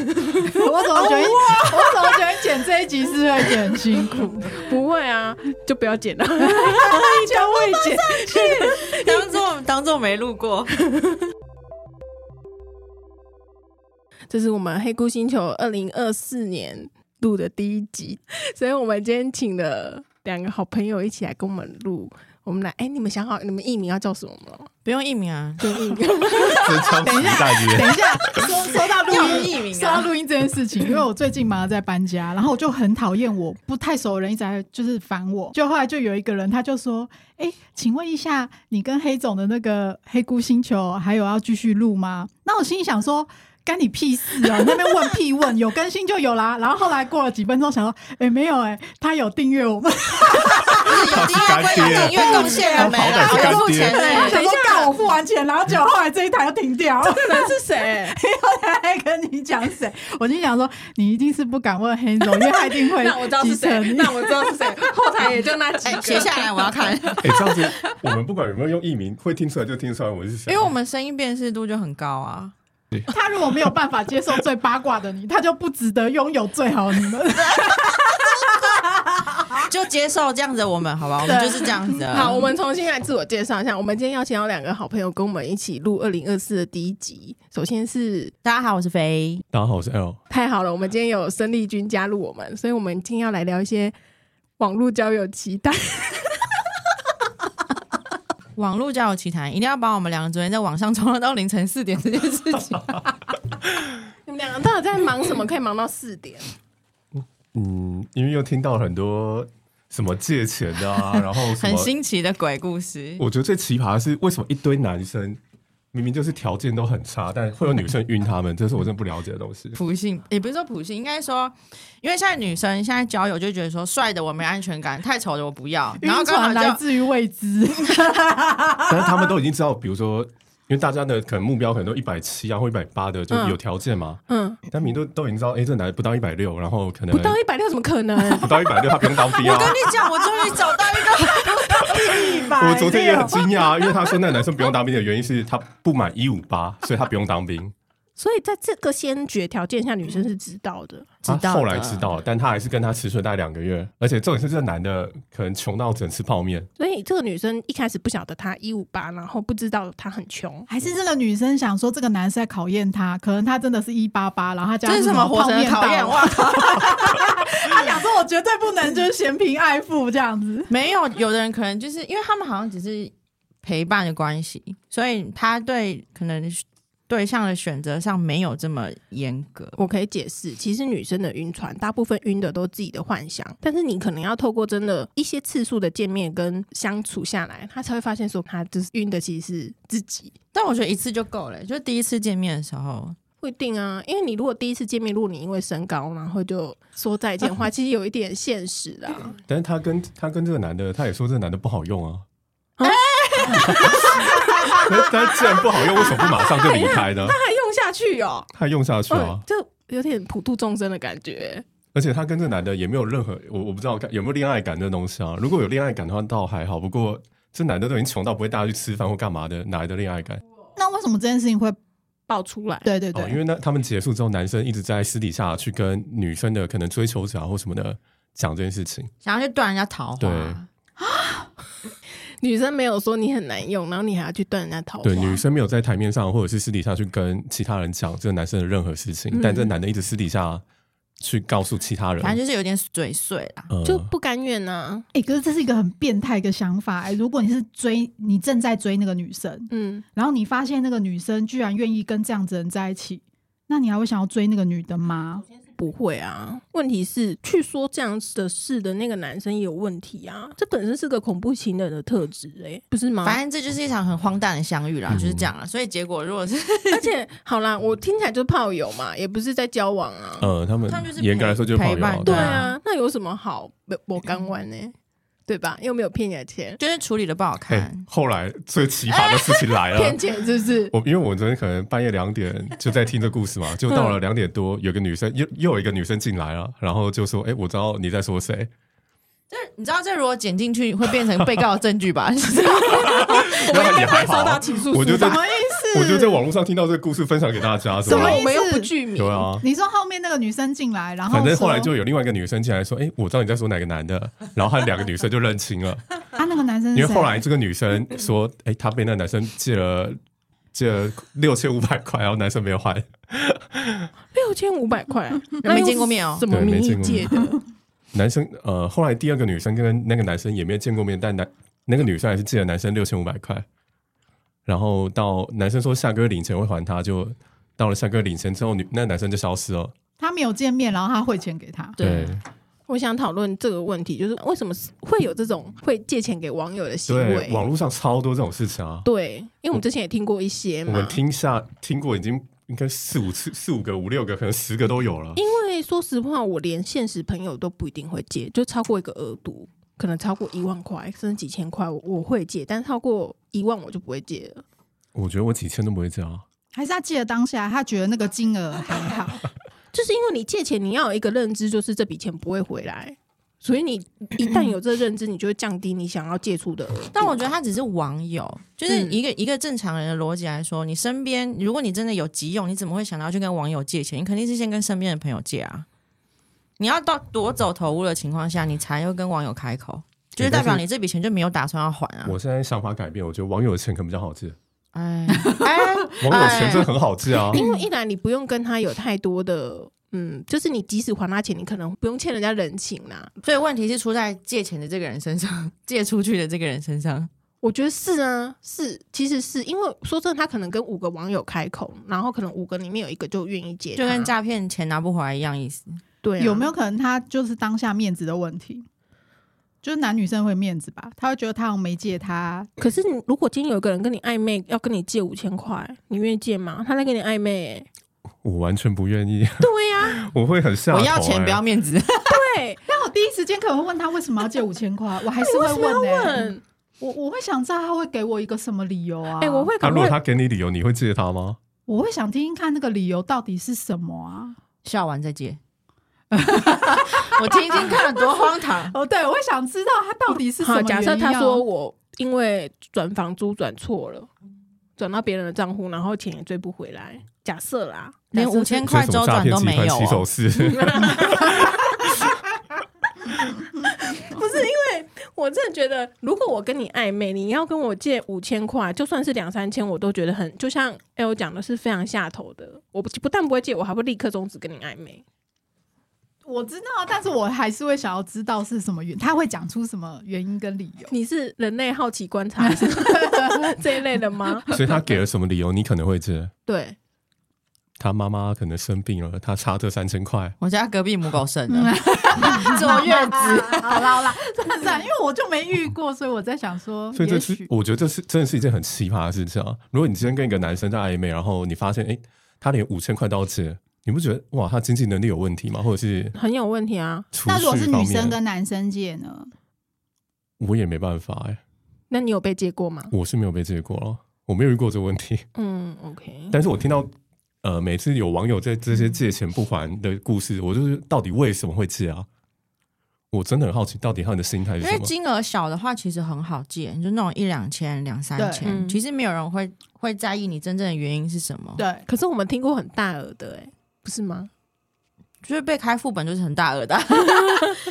我怎 么啊觉得，我怎么觉得剪这一集是会剪很辛苦？ 不会啊，就不要剪 了，教会 剪，当做当做没录过。这是我们黑姑星球二零二四年录的第一集，所以我们今天请了两个好朋友一起来跟我们录。我们来，哎、你们想好你们艺名要叫什么了吗？不用艺名 啊，对，艺名这枪指大约等一 下，说说到录用艺音，名说 到啊，录音这件事情，因为我最近忙着在搬家，然后我就很讨厌我不太熟的人一直在就是烦我，就后来就有一个人他就说：“哎、请问一下，你跟黑总的那个黑姑星球还有要继续录吗？”那我心里想说。干你屁事啊！你那边问屁问，有更新就有啦。然后后来过了几分钟，想说，哎、没有哎、他有订阅我们，有订阅归有订阅，贡献了没啊啦？好歹是干爹有付钱我嘞。 想说干我付完钱，然后结果后来这一台又停掉。这个人是 谁？还 跟你讲谁？我心想说，你一定是不敢问黑总，因为他一定会 那我知道是继谁，承你那我知道 是谁，后台也就那几哎， 个。写下来我要看，哎、这样子我们不管有没有用艺名，会听出来就听出来我是 谁。因为我们声音辨识度就很高啊。他如果没有办法接受最八卦的你，他就不值得拥有最好的 你们。就接受这样子的我们，好吧，我们对就是这样子 的。好，我们重新来自我介绍一下。我们今天邀请到两个好朋友跟我们一起录二零二四的第一集。首先是大家好，我是飞。大家好，我是 L。太好了，我们今天有生力军加入我们，所以我们今天要来聊一些网络交友期待。网络交友奇谈一定要把我们两个昨天在网上冲浪到凌晨四点这件 事情， 你们两个到底在忙什么？可以忙到四点？嗯，因为又听到很多什么借钱的啊，然后什很么，新奇的鬼故 事。我觉得最奇葩的是为什么一堆男生明明就是条件都很差，但会有女生晕他们，这是我真的不了解的东西。普信也不是说普信，应该说，因为现在女生现在交友就觉得说，帅的我没安全感，太丑的我不要，然后晕刚好船来就自于未知，但是他们都已经知道，比如说。因为大家的可能目标可能都一百七啊或一百八的，就嗯有条件嘛。嗯，但明明都都已经知道，哎、这男的不到一百六，然后可能不到一百六怎么可能？不到一百六，他不用当兵啊。跟你讲，我终于找到一个，我昨天也很惊讶，啊因为他说那个男生不用当兵的原因是他不满一五八，所以他不用当兵。所以在这个先决条件下，女生是知道的。 知道的他啊后来知道了，但他还是跟他持续了大概两个月，而且重点是这个男的可能穷到只能吃泡面，所以这个女生一开始不晓得她一五八，然后不知道她很穷。还是这个女生想说这个男生在考验她，可能他真的是一八八，然后他这加是什么火泡神的面考验？道，哇靠！他想说我绝对不能就是嫌贫爱富这样子。 没有，有的人可能就是因为他们好像只是陪伴的关系，所以他对可能对象的选择上没有这么严格。我可以解释，其实女生的晕船，大部分晕的都自己的幻想，但是你可能要透过真的一些次数的见面跟相处下来，她才会发现说她就是晕的其实是自己。但我觉得一次就够了、就是第一次见面的时候，不一定啊，因为你如果第一次见面，如果你因为身高然后就说再见的话，其实有一点现实的、啊。但是他跟他跟这个男的，他也说这个男的不好用啊。啊 但但既然不好用，为什么不马上就离开 呢？还用下去 哦，他用下去啊嗯哦，，这有点普度众生的感觉。而且他跟这个男的也没有任何，我我不知道有没有恋爱感这东西啊。如果有恋爱感的话，倒还好。不过这男的都已经穷到不会带他去吃饭或干嘛的，哪来的恋爱感？那为什么这件事情会？爆出来，对对哦，因对，为那他们结束之后，男生一直在私底下去跟女生的可能追求者啊或什么的讲这件事情。想要去断人家桃花对，女生没有说你很难用，然后你还要去断人家桃花。对，女生没有在台面上或者是私底下去跟其他人讲这个男生的任何事情，嗯但这男的一直私底下去告诉其他人，反正就是有点嘴碎啦。呃就不甘愿啊呐、哎、可是这是一个很变态的想法、哎如果你是追，你正在追那个女生，嗯，然后你发现那个女生居然愿意跟这样子的人在一起，那你还会想要追那个女的吗？不会啊。问题是去说这样子的事的那个男生也有问题啊，这本身是个恐怖情人的特质、欸，不是嗯吗？反正这就是一场很荒诞的相遇啦，就是这样啦。所以结果如果是 而且好啦，我听起来就是炮友嘛，也不是在交往啊。呃，他们他们就是严格来说就是朋陪友伴啊，对对啊啊，，那有什么好不我刚玩 呢？对吧？又没有骗你的钱就是处理的不好看，哎，后来最奇葩的事情来了 骗。钱是不是？我因为我昨天可能半夜两点就在听这故事 嘛，就到了两点多，有个女生又又有一个女生进来了，然后就说：“哎、我知道你在说谁。这你知道这如果剪 进去会变成被告的证据吧？我们应该不会收到起诉啊我就书在吧？意思？ 我就在网络上听到这个故事，分享给大家，什怎么么意我思们又不具名对，啊，你说后面那个女生进来，然后反正后来说就有另外一个女生进来说：“哎、我知道你在说哪个男的。” 然后和两个女生就认清了，啊，那个男生因是为谁后来这个女生说：“哎、她被那个男生借了借了六千五百块，然后男生没有还。六千五百块，啊 那没见过面哦什么对没名义见过借面的？ 男生呃，后来第二个女生跟那个男生也没有见过面，但男那个女生还是借了男生六千五百块。然后到男生说下个月领钱会还他，就到了下个月领钱之后，女那个男生就消失了。他没有见面，然后他汇钱给他，对我想讨论这个问题，就是为什么会有这种会借钱给网友的行为对，？网络上超多这种事情啊。对，因为我们之前也听过一些我嘛们。听下听过已经应该四五次、四五个、五六个，可能十个都有了。因为说实话，我连现实朋友都不一定会借，就超过一个额度，可能超过一万块，甚至几千块，我我会借，但超过一万我就不会借了。我觉得我几千都不会这样啊。还是他记得当下，他觉得那个金额还 好，就是因为你借钱，你要有一个认知，就是这笔钱不会回来，所以你一旦有这认知，你就会降低你想要借出的额度。但我觉得他只是网友，就是嗯一个、一个正常人的逻辑来说，你身边如果你真的有急用，你怎么会想到去跟网友借钱？你肯定是先跟身边的朋友借啊。你要到夺走头屋的情况下，你才会跟网友开口，就是代表你这笔钱就没有打算要还啊。我现在想法改变，我觉得网友的钱可能比较好借，哎 哎，网友的钱真的很好借啊。 因为一来你不用跟他有太多的，嗯，就是你即使还他钱，你可能不用欠人家人情啦。所以问题是出在借钱的这个人身上，借出去的这个人身上。我觉得是啊，是，其实是因为说真的，他可能跟五个网友开口，然后可能五个里面有一个就愿意借他，就啊跟诈骗钱拿不回来一样意思。对、啊、有没有？可能他就是当下面子的问题？就是男女生会面子吧，他会觉得他好像没借他，可是你如果今天有一个人跟你暧昧，要跟你借五千块，你愿意借吗？他在跟你暧昧、欸，我完全不愿意， 对呀、啊我会很下头、我要钱哎不要面子，对，但我第一时间可能会问他为什么要借五千块，我还是会问、欸、问，我我会想知道他会给我一个什么理由啊？哎、我会那、可如能果会他给你理由，你会借他吗？我会想听听看那个理由到底是什么啊？笑完再借。 我听听看，多荒唐！ 哦，对，我会想知道他到底是什好，么、啊假设他说，我因为转房租转错了，转到别人的账户，然后钱也追不回来，假设啦，连假设是5000这快是什么诈骗集团啊起手式？不是因为我真的觉得，如果我跟你暧昧，你要跟我借五千块，就算是两三千，我都觉得很，就像 L 讲的是非常下头的。我不不但不会借，我还会立刻终止跟你暧昧。我知道，啊但是我还是会想要知道是什么原，他会讲出什么原因跟理由。你是人类好奇观察 是这一类的吗？ 所以他给了什么理由，你可能会借。 对，他妈妈可能生病了，他差这三千块，我家隔壁母狗生嗯 了， 坐月子。好啦 好啦，算啊算，因为我就没遇过，所以我在想说，所以这哦也是许我觉得这是真的是一件很奇葩的事情啊！如果你今天跟一个男生在暧昧，然后你发现哎、诶他连五千块都要借，你不觉得哇，他经济能力有问题吗？或者是很有问题啊。储那如果蓄是方女生面，跟男生借呢？我也没办法哎、那你有被借过吗？我是没有被借过了，我没有遇过这个问题。嗯，OK。但是我听到呃，每次有网友在这些借钱不还的故事，我就是到底为什么会借啊？我真的很好奇，到底他们的心态是因什为么？金额小的话，其实很好借，你就那种一两千、两三对千，嗯其实没有人会会在意你真正的原因是什么。，对，可是我们听过很大额的、欸，哎，不是吗？就是被开副本就是很大额的，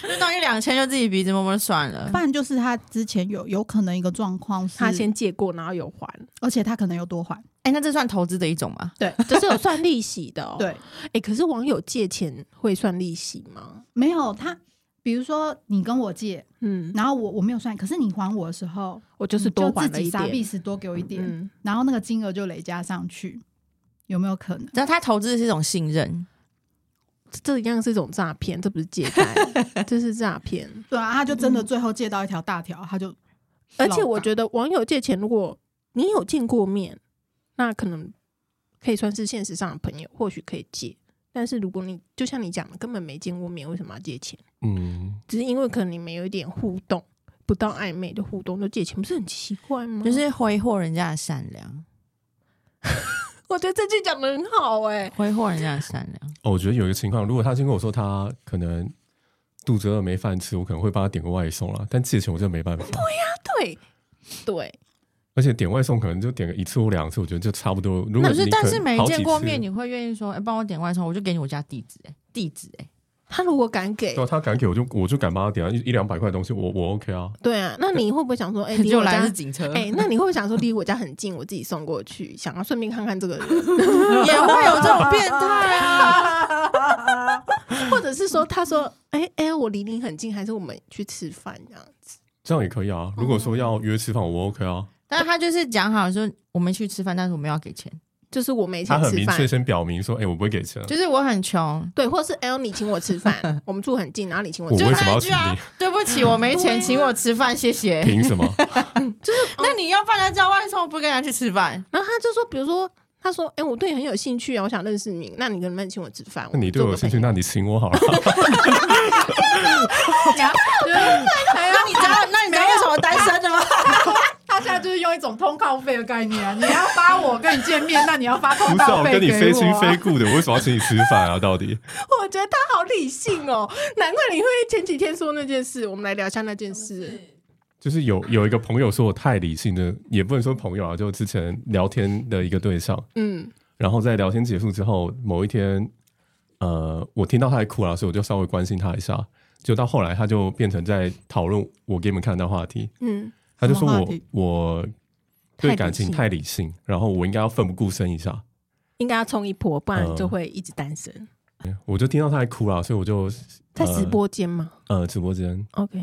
就当一两千就自己鼻子摸摸算了不。然就是他之前有有可能一个状况是，他先借过，然后有 还，而且他可能有多还，。，哎，那这算投资的一种吗？这是有算利息的、哦对，哎、可是网友借钱会算利息吗？没有他，比如说你跟我借，嗯，然后我我没有算，可是你还我的时候，我就是你嗯就多还自了己一傻点币。时多给我一点，嗯，然后那个金额就累加上去，有没有可能？然后他投资的是一种信任，这一样是一种诈骗，这不是借 贷，这是诈骗。对啊，他就真的最后借到一条大条，他 就而且我得觉得网友借钱，如果你有见过面，那可能可以算是现实上的朋友，或许可以借。但是如果你就像你讲的，根本没见过面，为什么要借钱？嗯，只是因为可能你们有一点互动，不到暧昧的互动就借钱，不是很奇怪吗？就是挥霍人家的善良，我觉得这句讲的很好哎、挥霍人家的善良。哦，我觉得有一个情况，如果他先跟我说他可能肚子饿没饭吃，我可能会帮他点个外送啦。但借钱我真的没办法。对对，而且点外送可能就点个一次或两次，我觉得就差不多。如果那是你但可是能没好几见过次面，你会愿意说，哎、帮我点外送，我就给你我家地址、哎，地址、 哎，他如果敢给对、，啊、他敢给我就我就敢帮他点啊一一两百块的东西，我我 OK 啊。对啊，那你会不会想说， 哎，就离我来家的是警车，哎、那你会不会想说离我家很近，我自己送过去，想要顺便看看这个人， 也会有这种变态啊！或者是说他说，哎、哎、我离你很近，还是我们去吃饭这样子？这样也可以啊。如果哦说要约吃饭，我 OK 啊。但他就是讲好说，我们去吃饭，但是我们要给钱，嗯就是我没他钱很吃明饭确，先表明说，哎、我不会给钱啊，就是我很穷，对，或者是 L 你请我吃 饭，我们住很近，然后你请我我吃为饭，什么要那一请句啊你？ 嗯对啊不起，我没钱，请我吃饭，谢谢。凭什么？那你要饭他叫外送，不跟人家去吃饭？然后他就说，比如说他说，哎、我对你很有兴趣啊，我想认识你，那你能不能请我吃饭？那你对我有兴趣，那你请我好了。 啊那你知道，那你知道为什么单身的吗？哎他现在就是用一种通告费的概念啊，你要发我跟你见面，那你要发通不是啊告我费跟你给非亲我 非啊。故的，我为什么要请你吃饭啊？到底？ 我觉得他好理性哦，难怪你会前几天说那件事，我们来聊一下那件事。就是有有一个朋友说我太理性的，也不能说朋友啊，就之前聊天的一个对象，嗯，然后在聊天结束之后，某一天，呃，我听到他在哭了，所以我就稍微关心他一下。就到后来，他就变成在讨论我给你们看的话题，嗯，他就说什么话我题我对感情太太理性，然后我应该要奋不顾身一下。应该要冲一波，不然嗯就会一直单身。我就听到他在哭啊了，所以我就在直播间吗、呃直播间 o k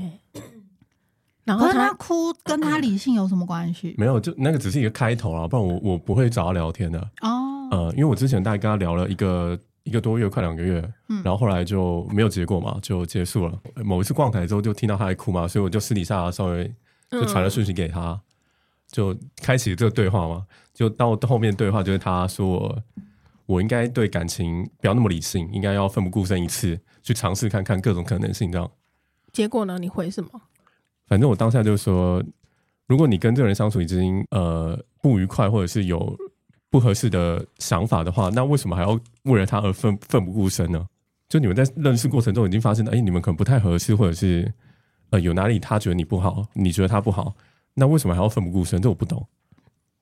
然可后是他他哭跟他理性有什么关系？没有，就那个只是一个开头啊啦，不然我我不会找他聊天的。哦，呃，因为我之前大概跟他聊了一个一个多月，快两个月，嗯然后后来就没有结果嘛，就结束了。呃某一次逛台之后，就听到他在哭嘛，所以我就私底下稍微嗯就传了讯息给他，就开启这个对话嘛。就到后面对话，就是他说我我应该对感情不要那么理性，应该要奋不顾身一次去尝试看看各种可能性，这样。结果呢？你回什么？反正我当下就说，如果你跟这个人相处已经呃不愉快，或者是有不合适的想法的话，那为什么还要为了他而奋奋不顾身呢？就你们在认识过程中已经发现，哎、你们可能不太合适，或者是呃有哪里他觉得你不好，你觉得他不好，那为什么还要奋不顾身？这我不懂。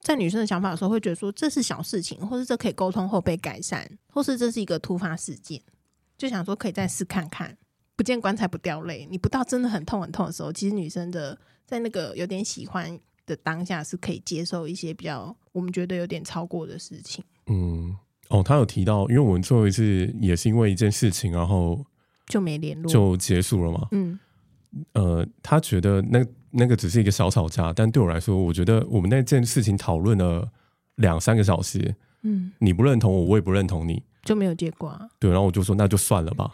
在女生的想法的时候，会觉得说这是小事情，或是这可以沟通后被改善，或是这是一个突发事件，就想说可以再试看看。不见棺材不掉泪，你不到真的很痛很痛的时候，其实女生的在那个有点喜欢的当下是可以接受一些比较我们觉得有点超过的事情，嗯，哦，他有提到，因为我们最后一次也是因为一件事情，然后就没联络。就结束了嘛。嗯，呃，他觉得那那个只是一个小吵架，但对我来说，我觉得我们那件事情讨论了两三个小时，嗯，你不认同我，我也不认同你，就没有结果啊。对，然后我就说那就算了吧。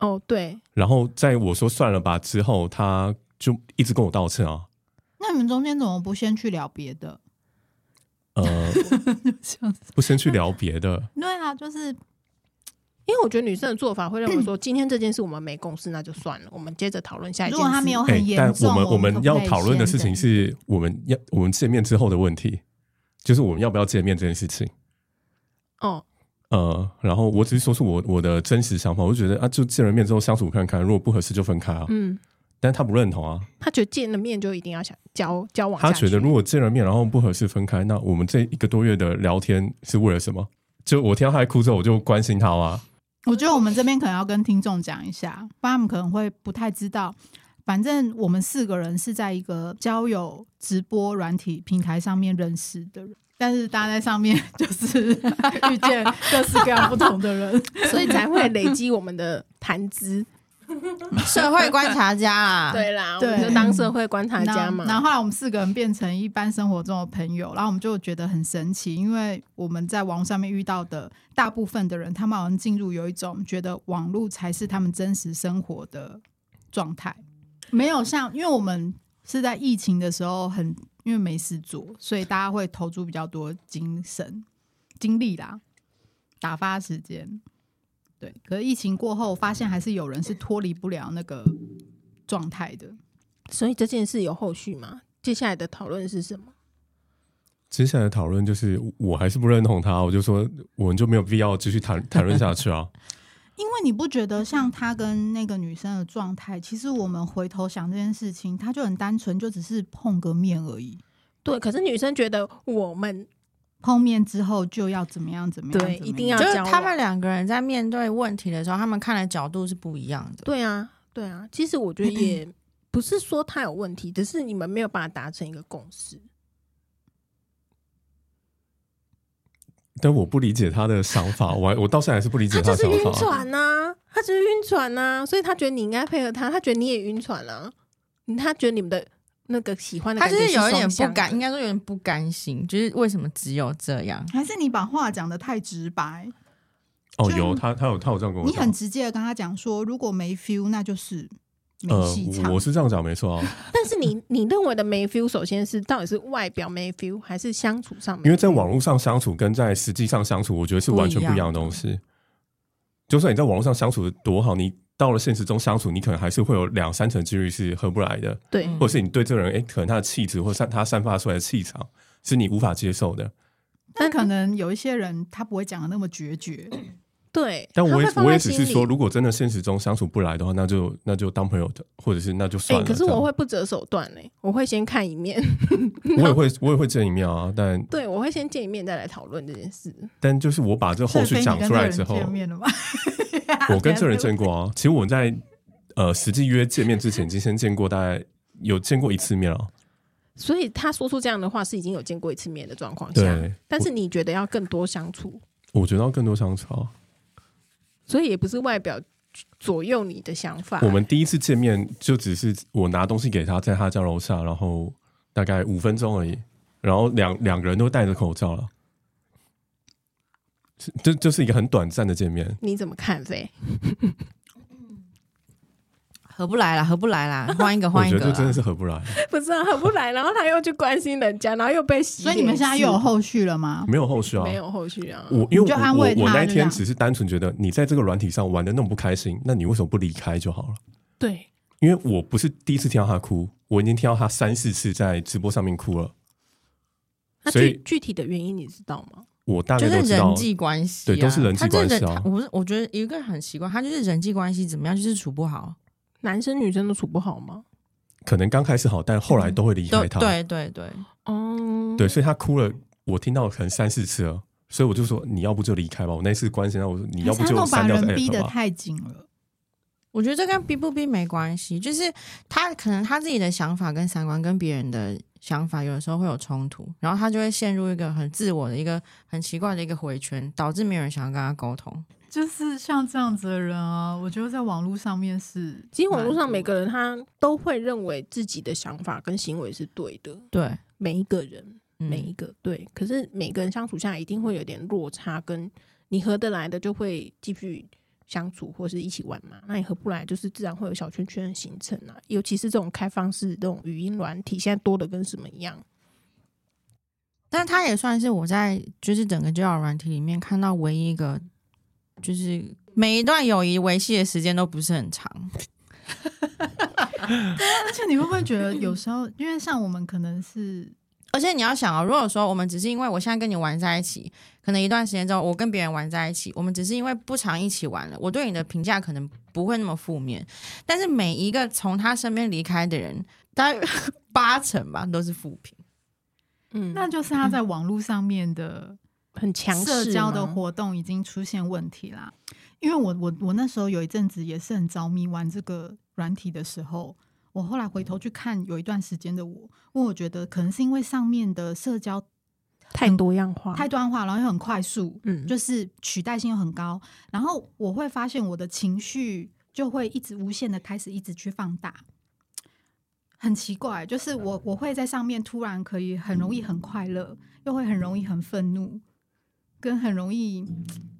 哦，对，然后在我说算了吧之后，他就一直跟我道歉啊， 那你们中间怎么不先去聊别的？ 呃，像是不先去聊别的，对啊，就是因为我觉得女生的做法会认为说，今天这件事我们没共识，那就算了，我们接着讨论下一如件事。果他没有哎很，严但重，我们我们可不要可以讨论的先事情等是我们要我们见面之后的问题，就是我们要不要见面这件事情。哦，呃，然后我只是说出我我的真实想法，我就觉得啊，就见了面之后相处看看，如果不合适就分开啊。嗯，但他不认同啊，他觉得见了面就一定要想交交往他下去。觉得如果见了面然后不合适分开，那我们这一个多月的聊天是为了什么？就我听到他在哭之后，我就关心他啊。我觉得我们这边可能要跟听众讲一下，不然他们可能会不太知道。反正我们四个人是在一个交友直播软体平台上面认识的人，但是大家在上面 就是遇见各式各样不同的人。所以才会累积我们的谈 资。 社会观察家 啊，对啦，我对们就当社会观察然家后嘛。然后后来我们四个人变成一般生活中的朋友，然后我们就觉得很神奇，因为我们在网络上面遇到的大部分的人，他们好像进入有一种觉得网络才是他们真实生活的状态，没有像因为我们是在疫情的时候很因为没事做，所以大家会投注比较多精神精力啦，打发时间。对，可是疫情过后，发现还是有人是脱离不了那个状态的。所以这件事有后续吗？接下来的讨论是什么？接下来的讨论就是，我还是不认同他，我就说我们就没有必要继续谈谈论 下去啊。因为你不觉嗯得像他跟那个女生的状态，其实我们回头想这件事情，他就很单纯，就只是碰个面而已。对，可是女生觉得我们碰面之后就要怎么样怎么样，对怎么样一定要就是交往他们两个人在面对问题的时候，他们看的角度是不一样的。对啊，对啊。其实我觉得也不是说他有问题，只是你们没有办法达成一个共识。但我不理解他的想法，我还我到现在还是不理解他他就的是晕想法。啊船呐、他就是晕船呐、所以他觉得你应该配合他，他觉得你也晕船啊，嗯他觉得你们的那个喜欢的他感就觉是有一双点不向甘，的应该说有点不甘心，就是为什么只有这样？还是你把话讲的太直白，哦，就有他，他有他有这样跟我你讲很。直接的跟他讲说，如果没 feel，那就是没呃戏唱。，我是这样讲没错啊，但是你你认为的没 feel，首先是到底是外表没 feel，还是相处上没 feel？因为在网络上相处跟在实际上相处，我觉得是完全不一样的东西。就算你在网络上相处的多好，你到了现实中相处，你可能还是会有两三成几率是合不来的，对、嗯或者是你对这个人，哎，可能他的气质或者他散发出来的气场是你无法接受的。但可能有一些人他不会讲的那么决绝，对，但他我会也放我在也只心是里说，如果真的现实中相处不来的话，那就那就当朋友的，或者是那就哎、算了。可是这样我会不择手段嘞、我会先看一面， 我也会我也会见一面啊，但对我会先见一面再来讨论这件事。但就是我把这后所以续非讲你跟出这来人之后，见面了吗？我跟这人见过啊。其实我在呃实际约见面之前，已经先见过大概有见过一次面了。所以他说出这样的话是已经有见过一次面的状况下，对，但是你觉得要更多相处，我我觉得要更多相处啊。所以也不是外表左右你的想法。我们第一次见面就只是我拿东西给他，在他家楼下，然后大概五分钟而已，然后两两个人都戴着口罩了。是这就是一个很短暂的见面，你怎么看？飞？合不来啦，合不来啦，换一个， 我换一觉个得这真的啦。是合不来， 不知道合不来，然后他又去关心人家，然后又被洗所脸以你们现在又有后续了吗？没有后续啊，没有后续啊？我因为你就我安慰我我他那一就这天样只是单纯觉得你在这个软体上玩的那么不开心，那你为什么不离开就好了？对，因为我不是第一次听到他哭，我已经听到他三四次在直播上面哭了，那所以具具体的原因你知道吗？我大就是概都知人道。际关系、啊，对都是人际他就是关系人他啊我不是，我觉得一个人很奇怪，他就是人际关系怎么样，就是处不好。男生女生都处不好吗？可能刚开始好，但后来都会离开对他。对对对，哦、对，所以他哭了，我听到可能三四次了，所以我就说你要不就离开吧。我那次关心他，我说你要不还是他就们把删掉这人逼 app 得吧。太紧了，我觉得这跟逼不逼没关系，就是他可能他自己的想法跟三观跟别人的想法有的时候会有冲突，然后他就会陷入一个很自我的一个很奇怪的一个回圈，导致没有人想要跟他沟通。就是像这样子的人啊，我觉得在网络上面是，其实网络上每个人他都会认为自己的想法跟行为是对的，对，每一个人，嗯每一个、对。可是每个人相处下来一定会有点落差，跟你合得来的就会继续相处或是一起玩嘛。那你合不来，就是自然会有小圈圈的形成啊。尤其是这种开放式这种语音软体，现在多的跟什么一样。但他也算是我在就是整个交友软体里面看到唯一一个，就是每一段友谊维系的时间都不是很长。而且你会不会觉得有时候，因为像我们可能是而且你要想啊、如果说我们只是因为我现在跟你玩在一起，可能一段时间之后我跟别人玩在一起，我们只是因为不常一起玩了，我对你的评价可能不会那么负面。但是每一个从他身边离开的人，大概 八成吧都是负评。嗯，那就是他在网络上面的很嗯强势吗社交的活动已经出现问题啦。因为我我我那时候有一阵子也是很着迷玩这个软体的时候，我后来回头去看有一段时间的我，因为我觉得可能是因为上面的社交太多样化，太端化，然后又很快速，嗯，就就是取代性又很高，然后我会发现我的情绪就会一直无限的开始一直去放大。很奇怪，就是我我会在上面突然可以很容易很快乐，又会很容易很愤怒，跟很容易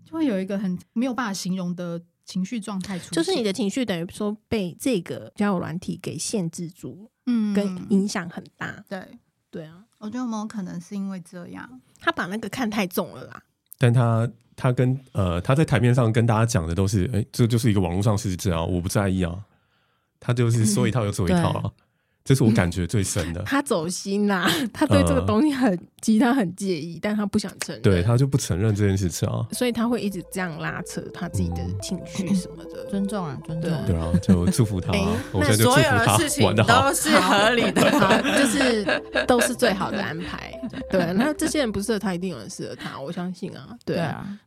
就会有一个很没有办法形容的情绪状态出现，就是你的情绪等于说被这个交友软体给限制住，嗯跟影响很大。对，对啊，我觉得有没有可能是因为这样？他把那个看太重了啦。但他他跟呃他在台面上跟大家讲的都是，哎，这就是一个网络上事实啊，我不在意啊。他就是说一套又做一套啊。这是我感觉最深的。他走心啦，他对这个东西很其实他很介意，但他不想承认，对，他就不承认这件事情啊。所以他会一直这样拉扯他自己的嗯情绪什么的。尊重啊，尊重啊。对啊，就祝福他啊、哎我现在就祝所福有的他事情玩的好都。是合理 的。好， 就是啊都是最好的安排。对，那这些人不适合他，一定有人适合他，我相信啊。对对啊，啊，